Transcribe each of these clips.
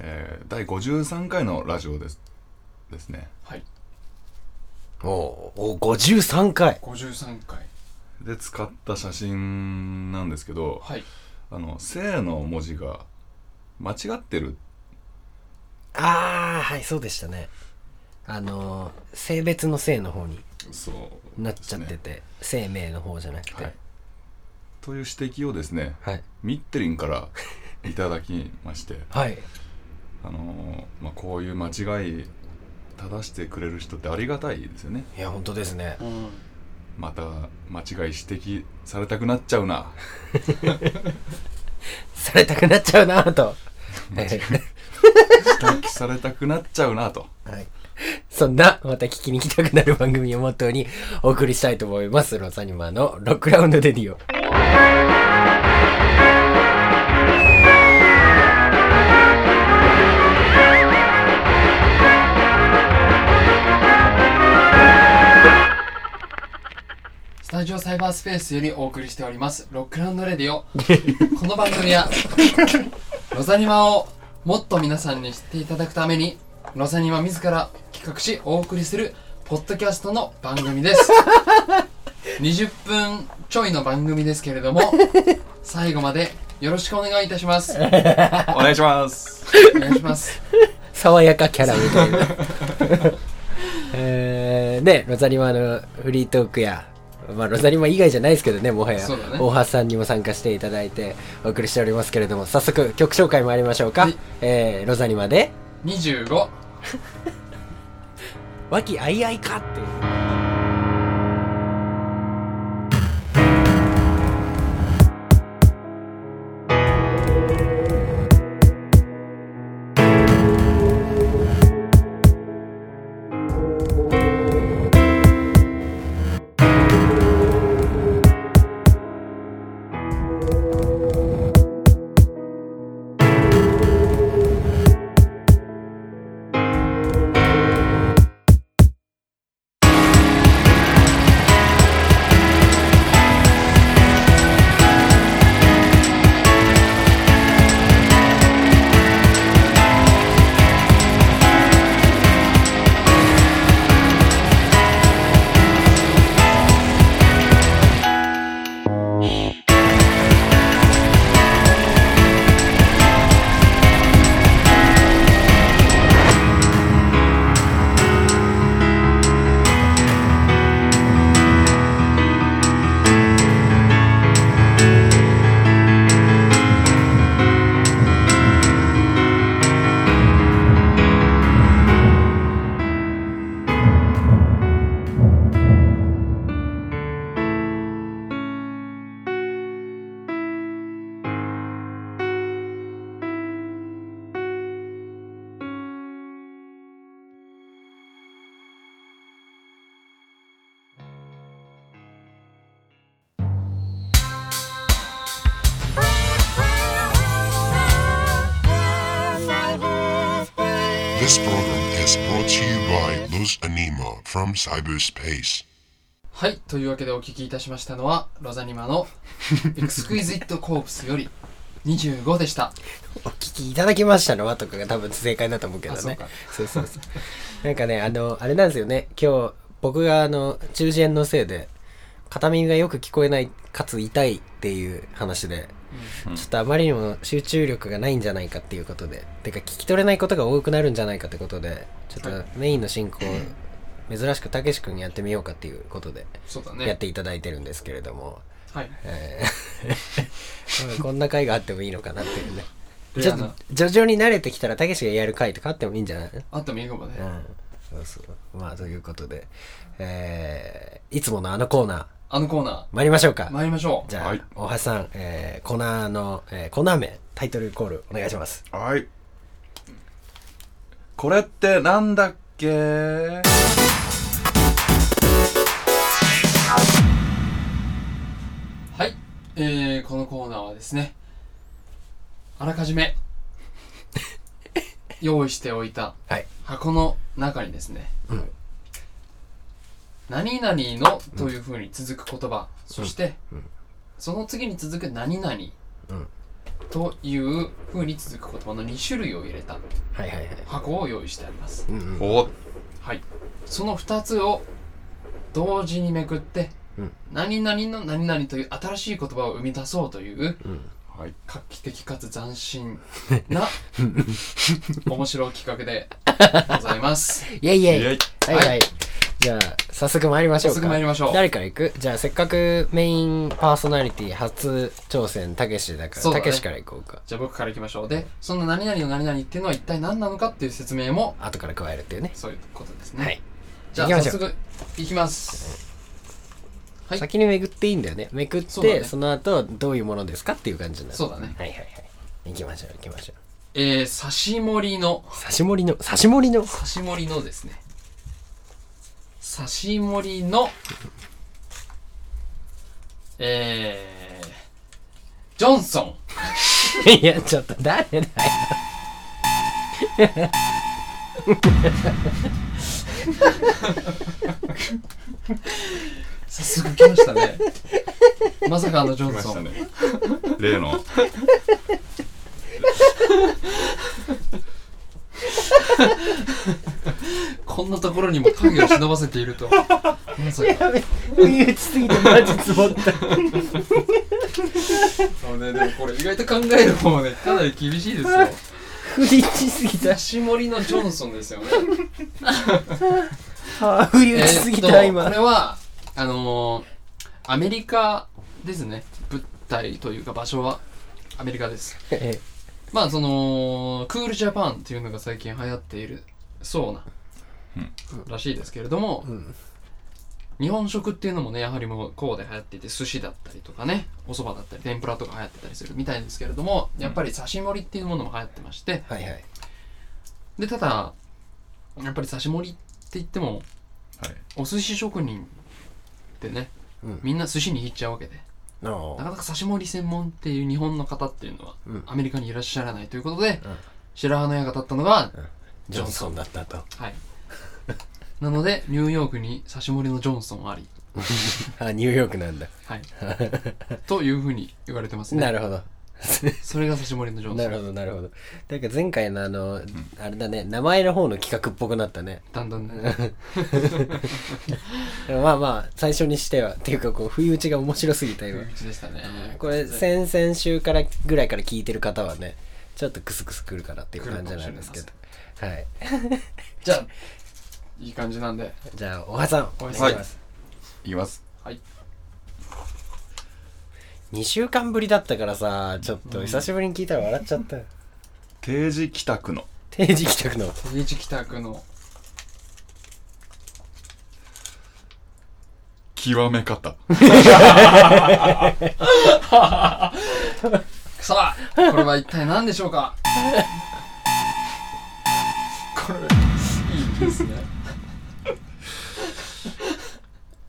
えー第53回のラジオですですねはいおうお、53回。 53回で使った写真なんですけどはいあの「性」の文字が間違ってるああ、はい、そうでしたね。あのー、性別の性の方にそうなっちゃっですてねて、生命の方じゃなくて。はいという指摘をですねはい。ミッテリンからいただきましてはい。あのーまあ、こういう間違い正してくれる人ってありがたいですよねいや、本当ですね。うんまた間違い指摘されたくなっちゃうなされたくなっちゃうなぁと。はい指摘されたくなっちゃうなとはい。そんな、また聞きに来たくなる番組をモットーにお送りしたいと思います。ロサニマのロックラウンドレディオ。スタジオサイバースペースよりお送りしておりますロックラウンドレディオこの番組はロザニマをもっと皆さんに知っていただくためにロザニマ自ら企画しお送りするポッドキャストの番組です20分ちょいの番組ですけれども最後までよろしくお願いいたしますお願いしますお願いします爽やかキャラみたいな。 えー、ね、ロザリマのフリートークや、まあ、ロザリマ以外じゃないですけどね、もはや、そうだね大橋さんにも参加していただいてお送りしておりますけれども、早速曲紹介参りましょうか。はいえー、ロザリマで、 25和気あいあいかっていう。 This program is brought to you by Luz Anima from cyberspace. はい、というわけでお聞きいたしましたのは、ロザニマ のエクスクイズイットコープスより25でした。お聞きいただきましたのはとかが多分正解だと思うけどね。あそそううかそうそうなんかね、あの、あれなんですよね。今日、僕があの、中耳炎のせいで、片耳がよく聞こえない、かつ痛いっていう話で、ちょっとあまりにも集中力がないんじゃないかっていうことで、てか聞き取れないことが多くなるんじゃないかってことで、ちょっとメインの進行、珍しくたけし君にやってみようかっていうことで、そうだやっね。ていただいてるんですけれども、はい。えーこんな回があってもいいのかなっていうね。ちレょアっなと。徐々に慣れてきたらたけしがやる回とかあってもいいんじゃないのあってもいいかもね。うんそうそうまあということで、えー、いつものあのコーナーあのコーナ参りましょうかー、参りましょう。じゃあ、はい大橋さん、えー、コーナーの、えー、コーナー名タイトルコールお願いしますはいこれってなんだっけはい。えー、このコーナーはですね、あらかじ め、用意しておいたはい箱の中にですね、何々のというふうに続く言葉、そして、その次に続く何々、んという風に続く言葉の2種類を入れたはいはいはい。箱を用意してありますうんうん。おっはいその2つを同時にめくって、うん何々の何々という新しい言葉を生み出そうというはい画期的かつ斬新な 面白い企画でござい ますイェイイイェイエイはいはい。じゃあ、早速参りましょう早か。速参りましょう誰から行くじゃあ、せっかくメインパーソナリティ初挑戦、たけしだかそうだら、たねけしから行こうか。じゃあ僕からいきましょうでその何々の何々っていうのは一体何なのかっていう説明も後から加えるっていうね。そういうことですね、はい。じゃあ行きまし早ょう速いきますはい先にめくっていいんだよね。めくっそうだて、ねその後、どういうものですかっていう感じになる。そうだねはいはいはい。行きましょう、行きましょう。えー、刺し盛りの刺し盛りの、刺し盛りの。 刺し盛りのですね刺し盛りのえー、ジョンソンいや、ちょっと誰だよ。早速来ました ねまさかあのジョ来ンましソたン、 ね例のこんなところにも影を忍ばせているとはまさか不意打ちすぎてマジつぼった。あのねでもこれ意外と考える方もねかなり厳しいですよ不意打ち すぎた刺。し盛りのジョンソンですよね あー不意え打ちすぎた、ーっとこ今れ。はあのー、アメリカですね物体というか場所はアメリカですえまあそのクールジャパンっていうのが最近流行っているそうなうんらしいですけれども、ん日本食っていうのもねやはりもうこうで流行っていて寿司だったりとかねお蕎麦だったり天ぷらとか流行ってたりするみたいですけれどもやっぱり刺し盛りっていうものも流行ってましてはいはい。でただやっぱり刺し盛りって言ってもはいお寿司職人ってね、うんみんな寿司に行っちゃうわけでななかなか刺し盛り専門っていう日本の方っていうのは、うんアメリカにいらっしゃらないということで、うん白羽の矢が立ったのが、ジョンソンだったと。はいなのでニューヨークに刺し盛りのジョンソンあり、あ、ニューヨークなんだ。はい、 というふうに言われてますねなるほど。それが刺し盛りのジョンソなンるほど、なるほど。なんか前回のあの、あれだね、名前の方の企画っぽくなったね。だんだんねでもまあまあ、最初にしては、っていうかこう、不意打ちが面白すぎた不今意。打ちでしたねこれ、先々週からぐらいから聞いてる方はね、ちょっとクスクスくるかなっていう感じなんですけど。はい。じゃあいい感じなんでじゃあ、おはさん、お願いしはいます。いきますはい2週間ぶりだったからさ、ちょっと久しぶりに聞いたら笑っちゃったよ。定時帰宅の定時帰宅の。定時帰宅の極め方さあこれは一体何でしょう かこれいいです ね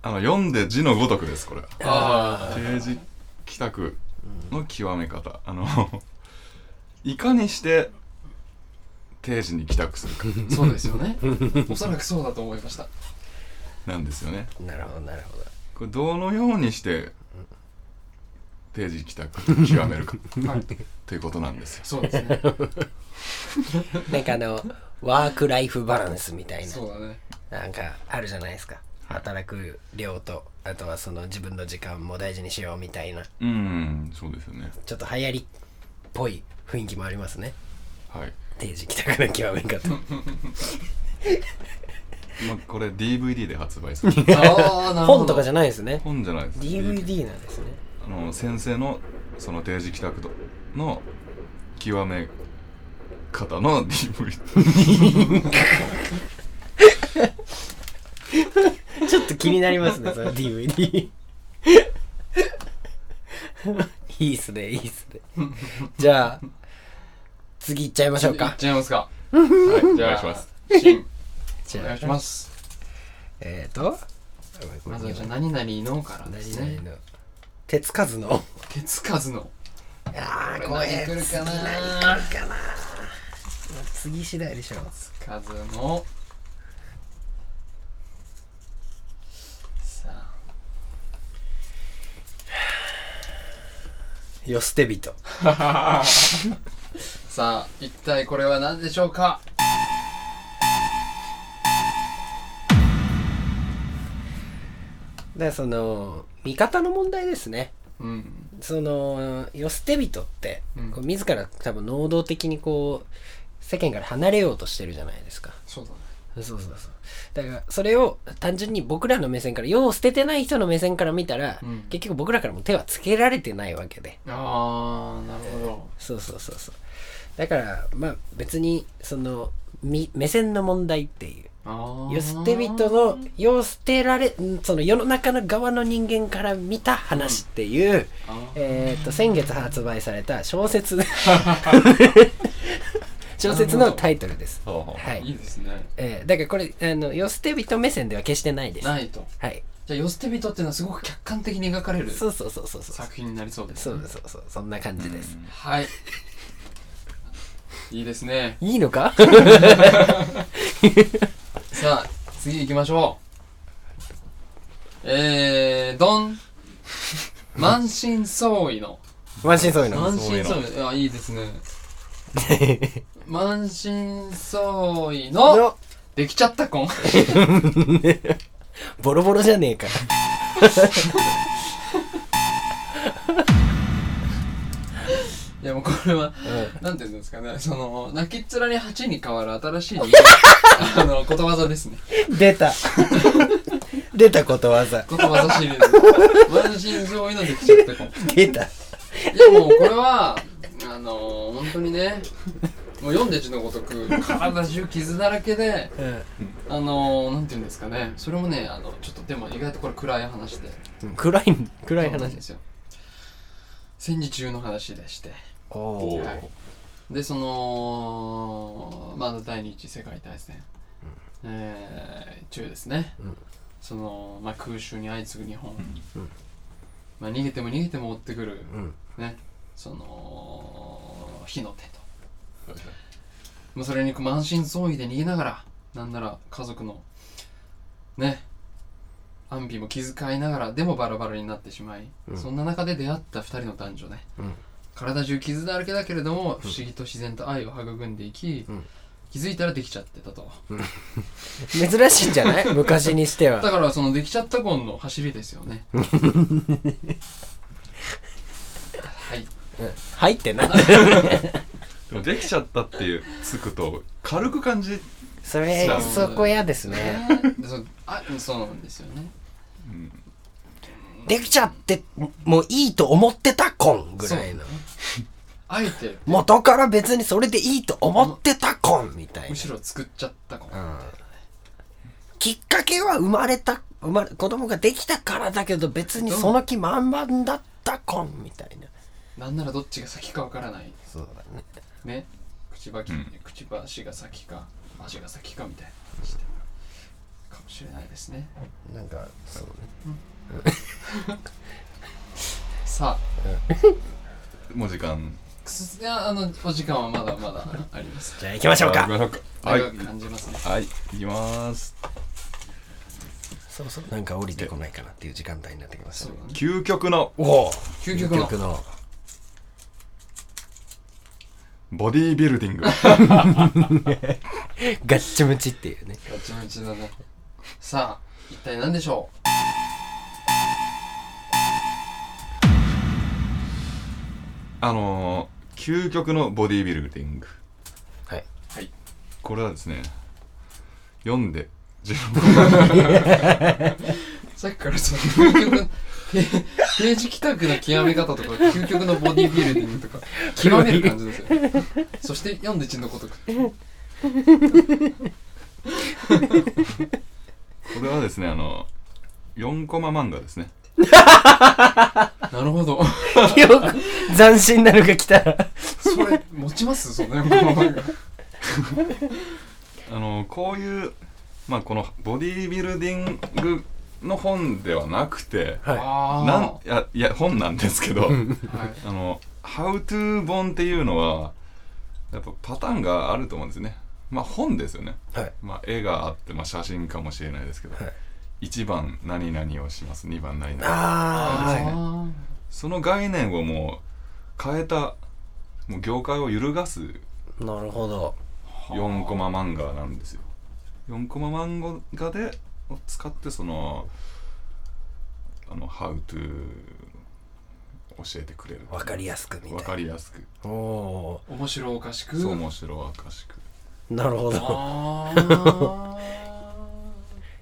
あの読んで字のごとくですこれあ定時帰宅の極め方あのいかにして定時に帰宅するかあそうですよね おそらくそうだと思いましたなんですよねなるほど、なるほど。これどのようにして定時帰宅を極めるか はいということなんですよそうですねなんかあの、ワークライフバランスみたいそうだね な、なんかあるじゃないですか。働く量と、あとはその自分の時間も大事にしようみたいな、うんそうですよねちょっと流行りっぽい雰囲気もありますね。はい、定時帰宅の極め方。まあ、これ DVD で発売するああなるほど本とかじゃないですね。本じゃないです DVD なんですね。あの先生のその定時帰宅の極め方の DVD ちょっと気になり ますね、その DVD。いいっすね、いいっすね。じゃあ、次行っちゃいましょういっか。ちゃいます かはいお願いしますシンじおゃ願いしあ、ますえっと、まずはじゃあ何々のからで何す々ねの手つかずの手つかずのああこれ何来るかな次次第でしょ手つかずのさあよ捨て人。さあ一体これは何でしょうかで、その、味方の問題ですね。うんその、よ捨て人って、うんこう自ら多分能動的にこう、世間から離れようとしてるじゃないですか。そうだねそうそうそう。だから、それを単純に僕らの目線から、世を捨ててない人の目線から見たら、うん結局僕らからも手はつけられてないわけで。ああなるほどそうそうそうそう。だから、まあ別に、その、み目線の問題っていう。ああ世捨て人の、世を捨てられ、んその世の中の側の人間から見た話っていう、あーえーっと、先月発売された小説、小説のタイトルです。ほうほうはいいい。ですねえーだからこれ、あの、世捨て人目線では決してないです。はないとい。じゃあ「よ捨て人」っていうのはすごく客観的に描かれるそうそうそうそうそう。作品になりそうですそねうそうそう、そんな感じです。はいいいですねいいのかさあ次行きましょうえードン満身創痍の満身創痍の。満そうい身うの創痍あいいですね満身創痍ののできちゃった婚ボロボロじゃねえか。いやもうこれはうなんていうんですかねその泣きっ面に蜂に変わる新しいあのことわざですねん出た。 出たことわざ。ことわざシリーズ満身創痍のできちゃった婚出た。いやもうこれはあのー、本当にねもう読んで字のごとく体中傷だらけでうんあのー、なんていうんですかねそれもねあのちょっとでも意外とこれ暗い話でうん。暗い、暗いそうなん話で。すよ戦時中の話でしておほおうー。でそのまあ第二次世界大戦、えー中ですね、うんその、まあ、空襲に相次ぐ日本、うんまあ、逃げても逃げても追ってくるうん。ねその火の手とまあ、それに満身創痍で逃げながらなんなら家族のね安否も気遣いながらでもバラバラになってしまい、うんそんな中で出会った2人の男女ね、うん体中傷だらけだけれども、不思議と自然と愛を育んでいき、うん気づいたらできちゃってたと珍しいんじゃない昔にしてだは。からそのできちゃった婚の走りですよ ね はい入ってな。でもできちゃったっていうつくと軽く感じ、それそう、そこ嫌ですね。でそあそうなんですよねうん、できちゃって、もういいと思ってたこんぐらいのそ。あえて元から別にそれでいいと思ってたこんみたいむな。しろ作っちゃった婚、うんきっかけは生まれた、生まれ、子供ができたからだけど別にその気満々だったこんみたいな。なんならどっちが先かわからないそうだね。ねくちばき、くちばしが先か足が先かみたいな話でかもしれないですねなんか、そうね。さあもう時間くすいやあのお時間はまだまだありますじゃあ行きましょうあ行か。きましょうかはい長く感じますねはい行きますそうそう。なんか降りてこないかなっていう時間帯になってきましそたうね。だね究極のおお究極のの。ボディービルディングガッチムチっていうね。 ガチムチだねさあ一体何でしょあのー、究極のボディービルディングはい。これはですね読んで自うさっきからその究極のペページ企画の極め方とか究極のボディビルディングとか極める感じですよそして読んでちんのことく分これはですねあの4コマ漫画ですねなるほどよく斬新なのが来たら。それ持ちますその4コマ漫画あのこういうまあこのボディービルディングの本ではなくてはあなあんいやいや本なんですけどはい、あの「How to 本」っていうのはやっぱパターンがあると思うんですねまあ本ですよね、い。はい。まあ、絵があって、まあ、写真かもしれないですけど、はい1番何々をします2番何々ああその概念をもう変えたもう業界を揺るがすなるほど4コマ漫画なんですよ4コマ漫画でを使ってそのあの「How to」教えてくれるわかりやすくみわたかいりやすくなお面白おかしくそう面白おかしくーなるほどあー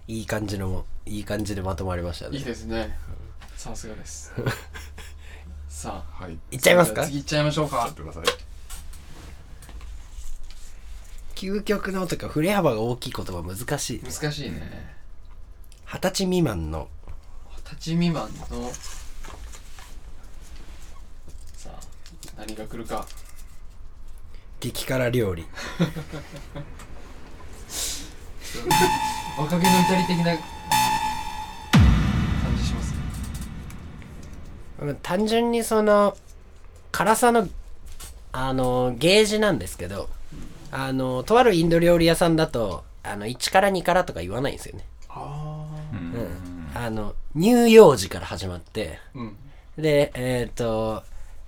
いい感じのいい感じでまとまりましたいいねですねさすがですさあはいいっちゃいますか次行っちゃいましょうちょっかとください究極のとか振れ幅が大きいことは難しい二十難しいね歳未満の二十歳未満のさあ何が来るか激辛料理若気の至り的な感じしますねうん単純にその辛さのあのゲージなんですけどあのとあるインド料理屋さんだとあの1から2からとか言わないんですよね、ああうんうん、あの乳幼児から始まってうんでえっ、と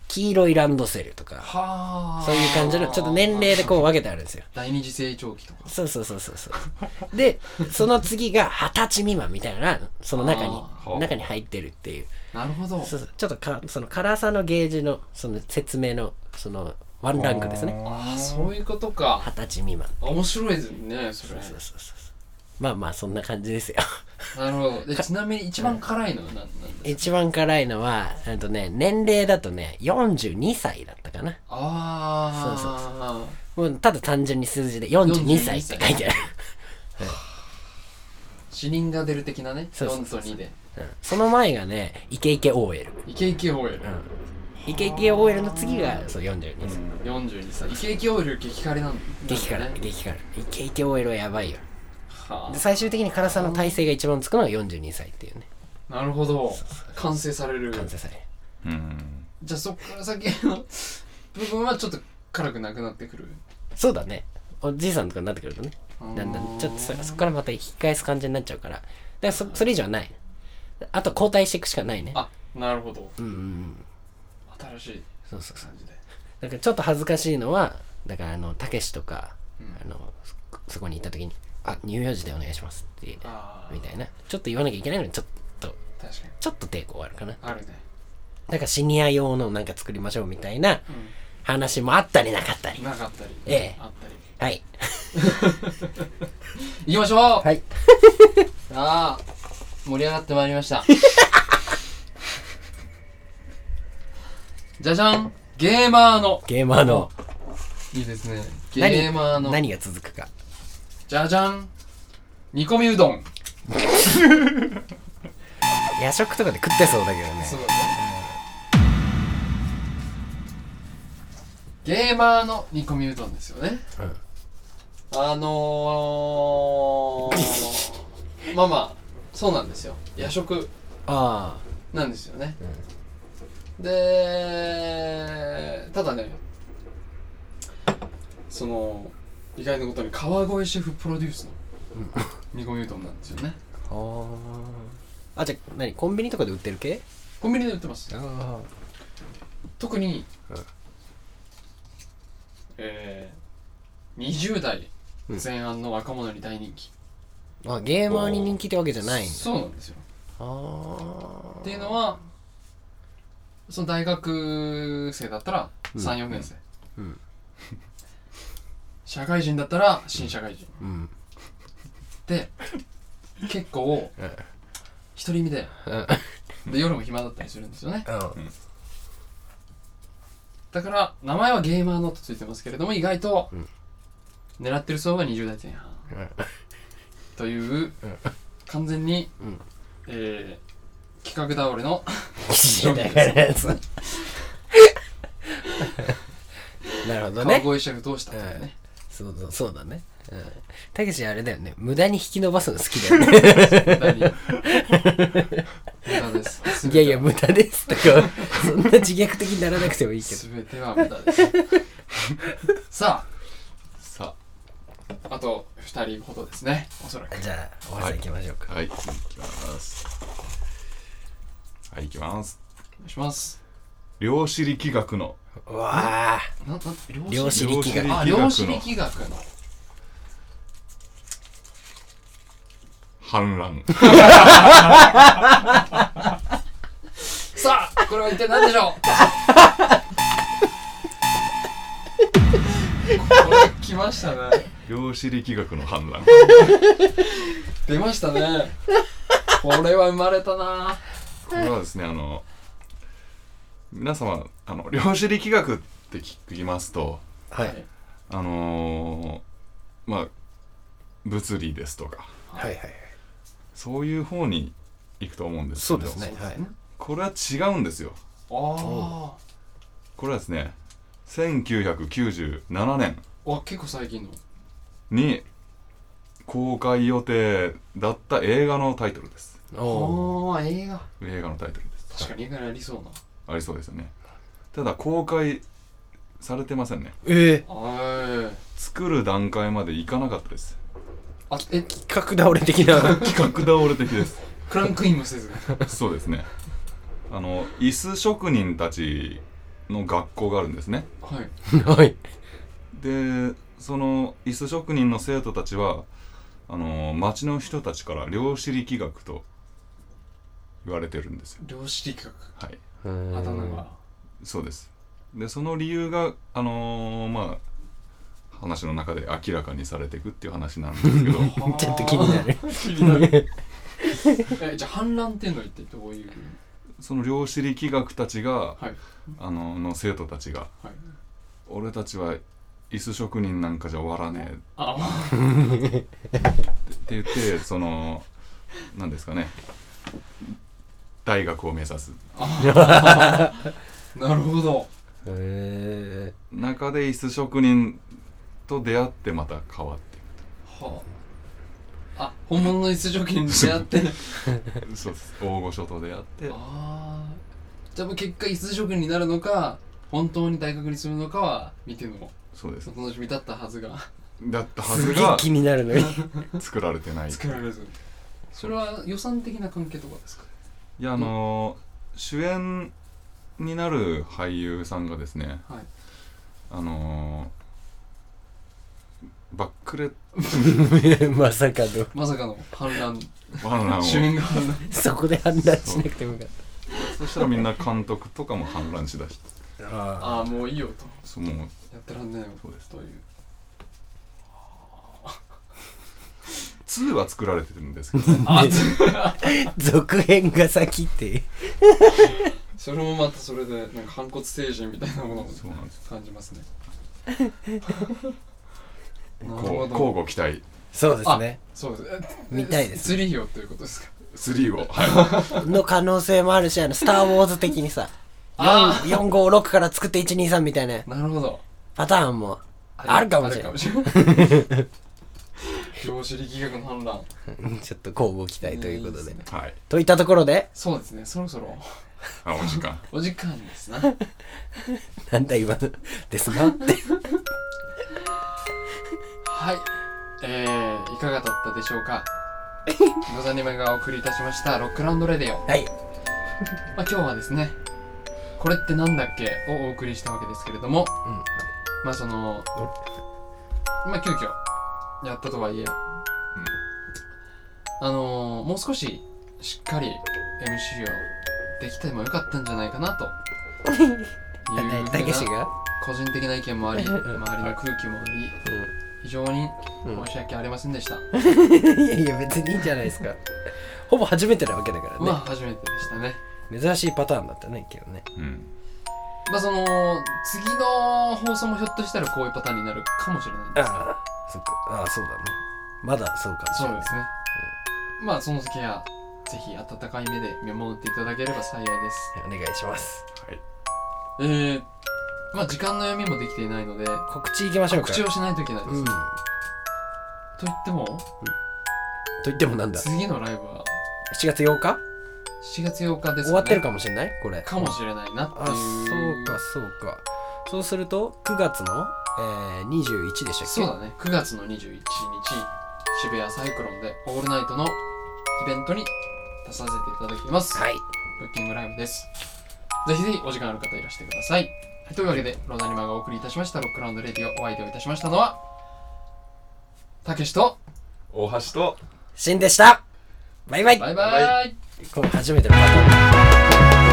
黄色いランドセルとかはあそういう感じのちょっと年齢でこう分けてあるんですよ第二次成長期とかそうそうそうそうそうでその次が二十歳未満みたいなのがその中にあー中に入ってるっていうなるほどそうそうちょっとかその辛さのゲージのその説明のそのワンランクですねああそういうことか二十歳未満あ面白いですねそれそうそうそうそうまあまあそんな感じですよ なるほどでちなみに一番辛いのは何なんですか一番辛いのはえっとね年齢だとね42歳だったかなああそうそうそうもうただ単純に数字で42歳って書いてある、死人が出る的なねそうそう4そと2でうん、その前がねイケイケ OL イケイケ OL イケイケ OL の次がそう42歳、 42歳イケイケ OL 激辛なんだ激辛ね激辛イケイケ OL はやばいよはで最終的に辛さの耐性が一番つくのが42歳っていうねあなるほど完成される完成されうんじゃあそっから先の部分はちょっと辛くなくなってくるそうだねおじいさんとかになってくるとねだんだんちょっとそそこからまた引き返す感じになっちゃうからだからそそれ以上はないあと交代していくしかないねあなるほどうんうんうん新しいそうそうそう感じでだからちょっと恥ずかしいのはだからあのたけしとか、うんあのそそこに行った時に「あ乳幼児でお願いします」ってあみたいなちょっと言わなきゃいけないのにちょっとあ確かにちょっと抵抗あるかなあるねだからシニア用のなんか作りましょうみたいな話もあったりなかったりなかったりええあったりはい行きましょうはいああ盛り上がってまいりました じゃじゃんゲーマーのゲーマーのいいですねゲ何ーマーの何が続くかじゃじゃん煮込みうどん夜食とかで食ってそうだけどねそうだねゲーマーの煮込みうどんですよね、うんあのー、まあまあそうなんですよ夜食あなんですよね、でただねその意外なことに川越シェフプロデュースの煮込みうどんなんですよねああじゃあ何コンビニとかで売ってる系コンビニで売ってますあ特に、うんえー、20代前半の若者に大人気、ああゲーマーに人気ってわけじゃないんだそうなんですよああっていうのはその大学生だったら34年生、うんうん社会人だったら新社会人、うんで結構うん独り身でうんで夜も暇だったりするんですよねうん だから名前はゲーマーのとついてますけれども意外とうん狙ってる層が20代前半という完全に、うんえー企画倒れのだから そなるほど川ね越シェフどうしたというねそうそうそうだねうんたけしあれだよね無駄に引き伸ばすの好きだよね二人無駄ですいやいや無駄ですとかそんな自虐的にならなくてもいいけどすべては無駄ですささああと2人ほどですねおそらくじゃあおさんいきましょうかあはいいきますはいいきますお願いします量子力学のうわあななん量量子子力学あ量子力学の反 乱さあこれは一体何でしょうこれ来ましたね量子力学の反乱出ましたねこれは生まれたなこれはですねあの皆様あの量子力学って聞きますとはいあのーまあ物理ですとかはいはいそういう方に行くと思うんですけそどうですねはいこれは違うんですよあこれはですね1997年あわ結構最近のに公開予定だった映画のタイトルですおおおー映画映画のタイトルです確かに映画にありそうなありそうですよねただ公開されてませんねええあ作る段階までいかなかったですあえ企画倒れ的な企画倒れ的ですクランクインもせずそうですねあの椅子職人たちの学校があるんですねはいはいでその椅子職人の生徒たちはあの町の人たちから量子力学と言われてるんですよ量子力学はいあだ名がそうですでその理由があのーまあ話の中で明らかにされていくっていう話なんですけどちょっと気になる気になるえじゃあ反乱っていうのは一体どういうその量子力学たちがはいあのの生徒たちがはい「俺たちは椅子職人なんかじゃ終わらねえ」ああって言ってその何ですかね大学を目指すなるほどへ中で椅子職人と出会ってまた変わっていはああ本物の椅子除菌に出会って くそうです大御所と出会ってああじゃあもう結果椅子除菌になるのか本当に大学に進むのかは見てのそうですお楽しみだったはずがだったーはすずげえが気になるのに 作られてない作られずそれは予算的な関係とかですかいやあのー主演になる俳優さんがですね、はいあのーバックレまさかのまさかの反乱ワン ランを主演が反乱そこで判断しなくてもよかっそしたらみんな監督とかも反乱しだしてたあああもういいよとそうもうやってらんないよそうですという2は作られてるんですけど、ね、ああ続編が先ってそれもまたそれでなんか反骨精神みたいなものをそうなんです感じますねなるこほうど交互期待そうですねそうですえ見たいです釣り業ということですか3をはいの可能性もあるしあの「スター・ウォーズ」的にさあ456から作って123みたいななるほどパターンもあるかもしれなあいるかもしれない 量子力学の反乱うん ちょっと交互期待ということでねはいといったところでそうですねそろそろあお時間お時間です ななんだ今のですなってはいえー、いかがだったでしょう か野田にまがお送りいたしましたロックラウンドレディオはいまあ、今日はですね「これってなんだっけ?」をお送りしたわけですけれども、んまあそのまあ急遽やったとはいえ、あのーもう少ししっかり MC をできてもよかったんじゃないかな というふうなたけしが個人的な意見もあり周りの空気もあり非常にうん申し訳ありませんでした、 いやいや別にいいんじゃないですかほぼ初めてなわけだからまあね初めてでしたね珍しいパターンだったね今日ねうんまあその次の放送もひょっとしたらこういうパターンになるかもしれないんですけどああそっかああそうだねまだそうかもしそれうないですね。まあその時はぜひ温かい目で見守っていただければ幸いです。お願いしますはいえー、まあ時間の読みもできていないので告知いきましょうか告知をしないといけないです。うんとと言っても言ってもなんだ7次のライブは月8日7月8日です、ね、終わってるかもしれないこれかもしれないなあっていう。そうかそうかそうすると9月の、えー、21でしたっけそうだね。9月の21日渋谷サイクロンでオールナイトのイベントに出させていただきます。はいブッキングライブです。ぜひぜひお時間ある方いらしてください。はいというわけで、ロザニマがお送りいたしましたロックラウンドレディオ、お相手をいたしましたのは、たけしと、大橋とシンでしたバイバイバイバイバこれ初めてのパターン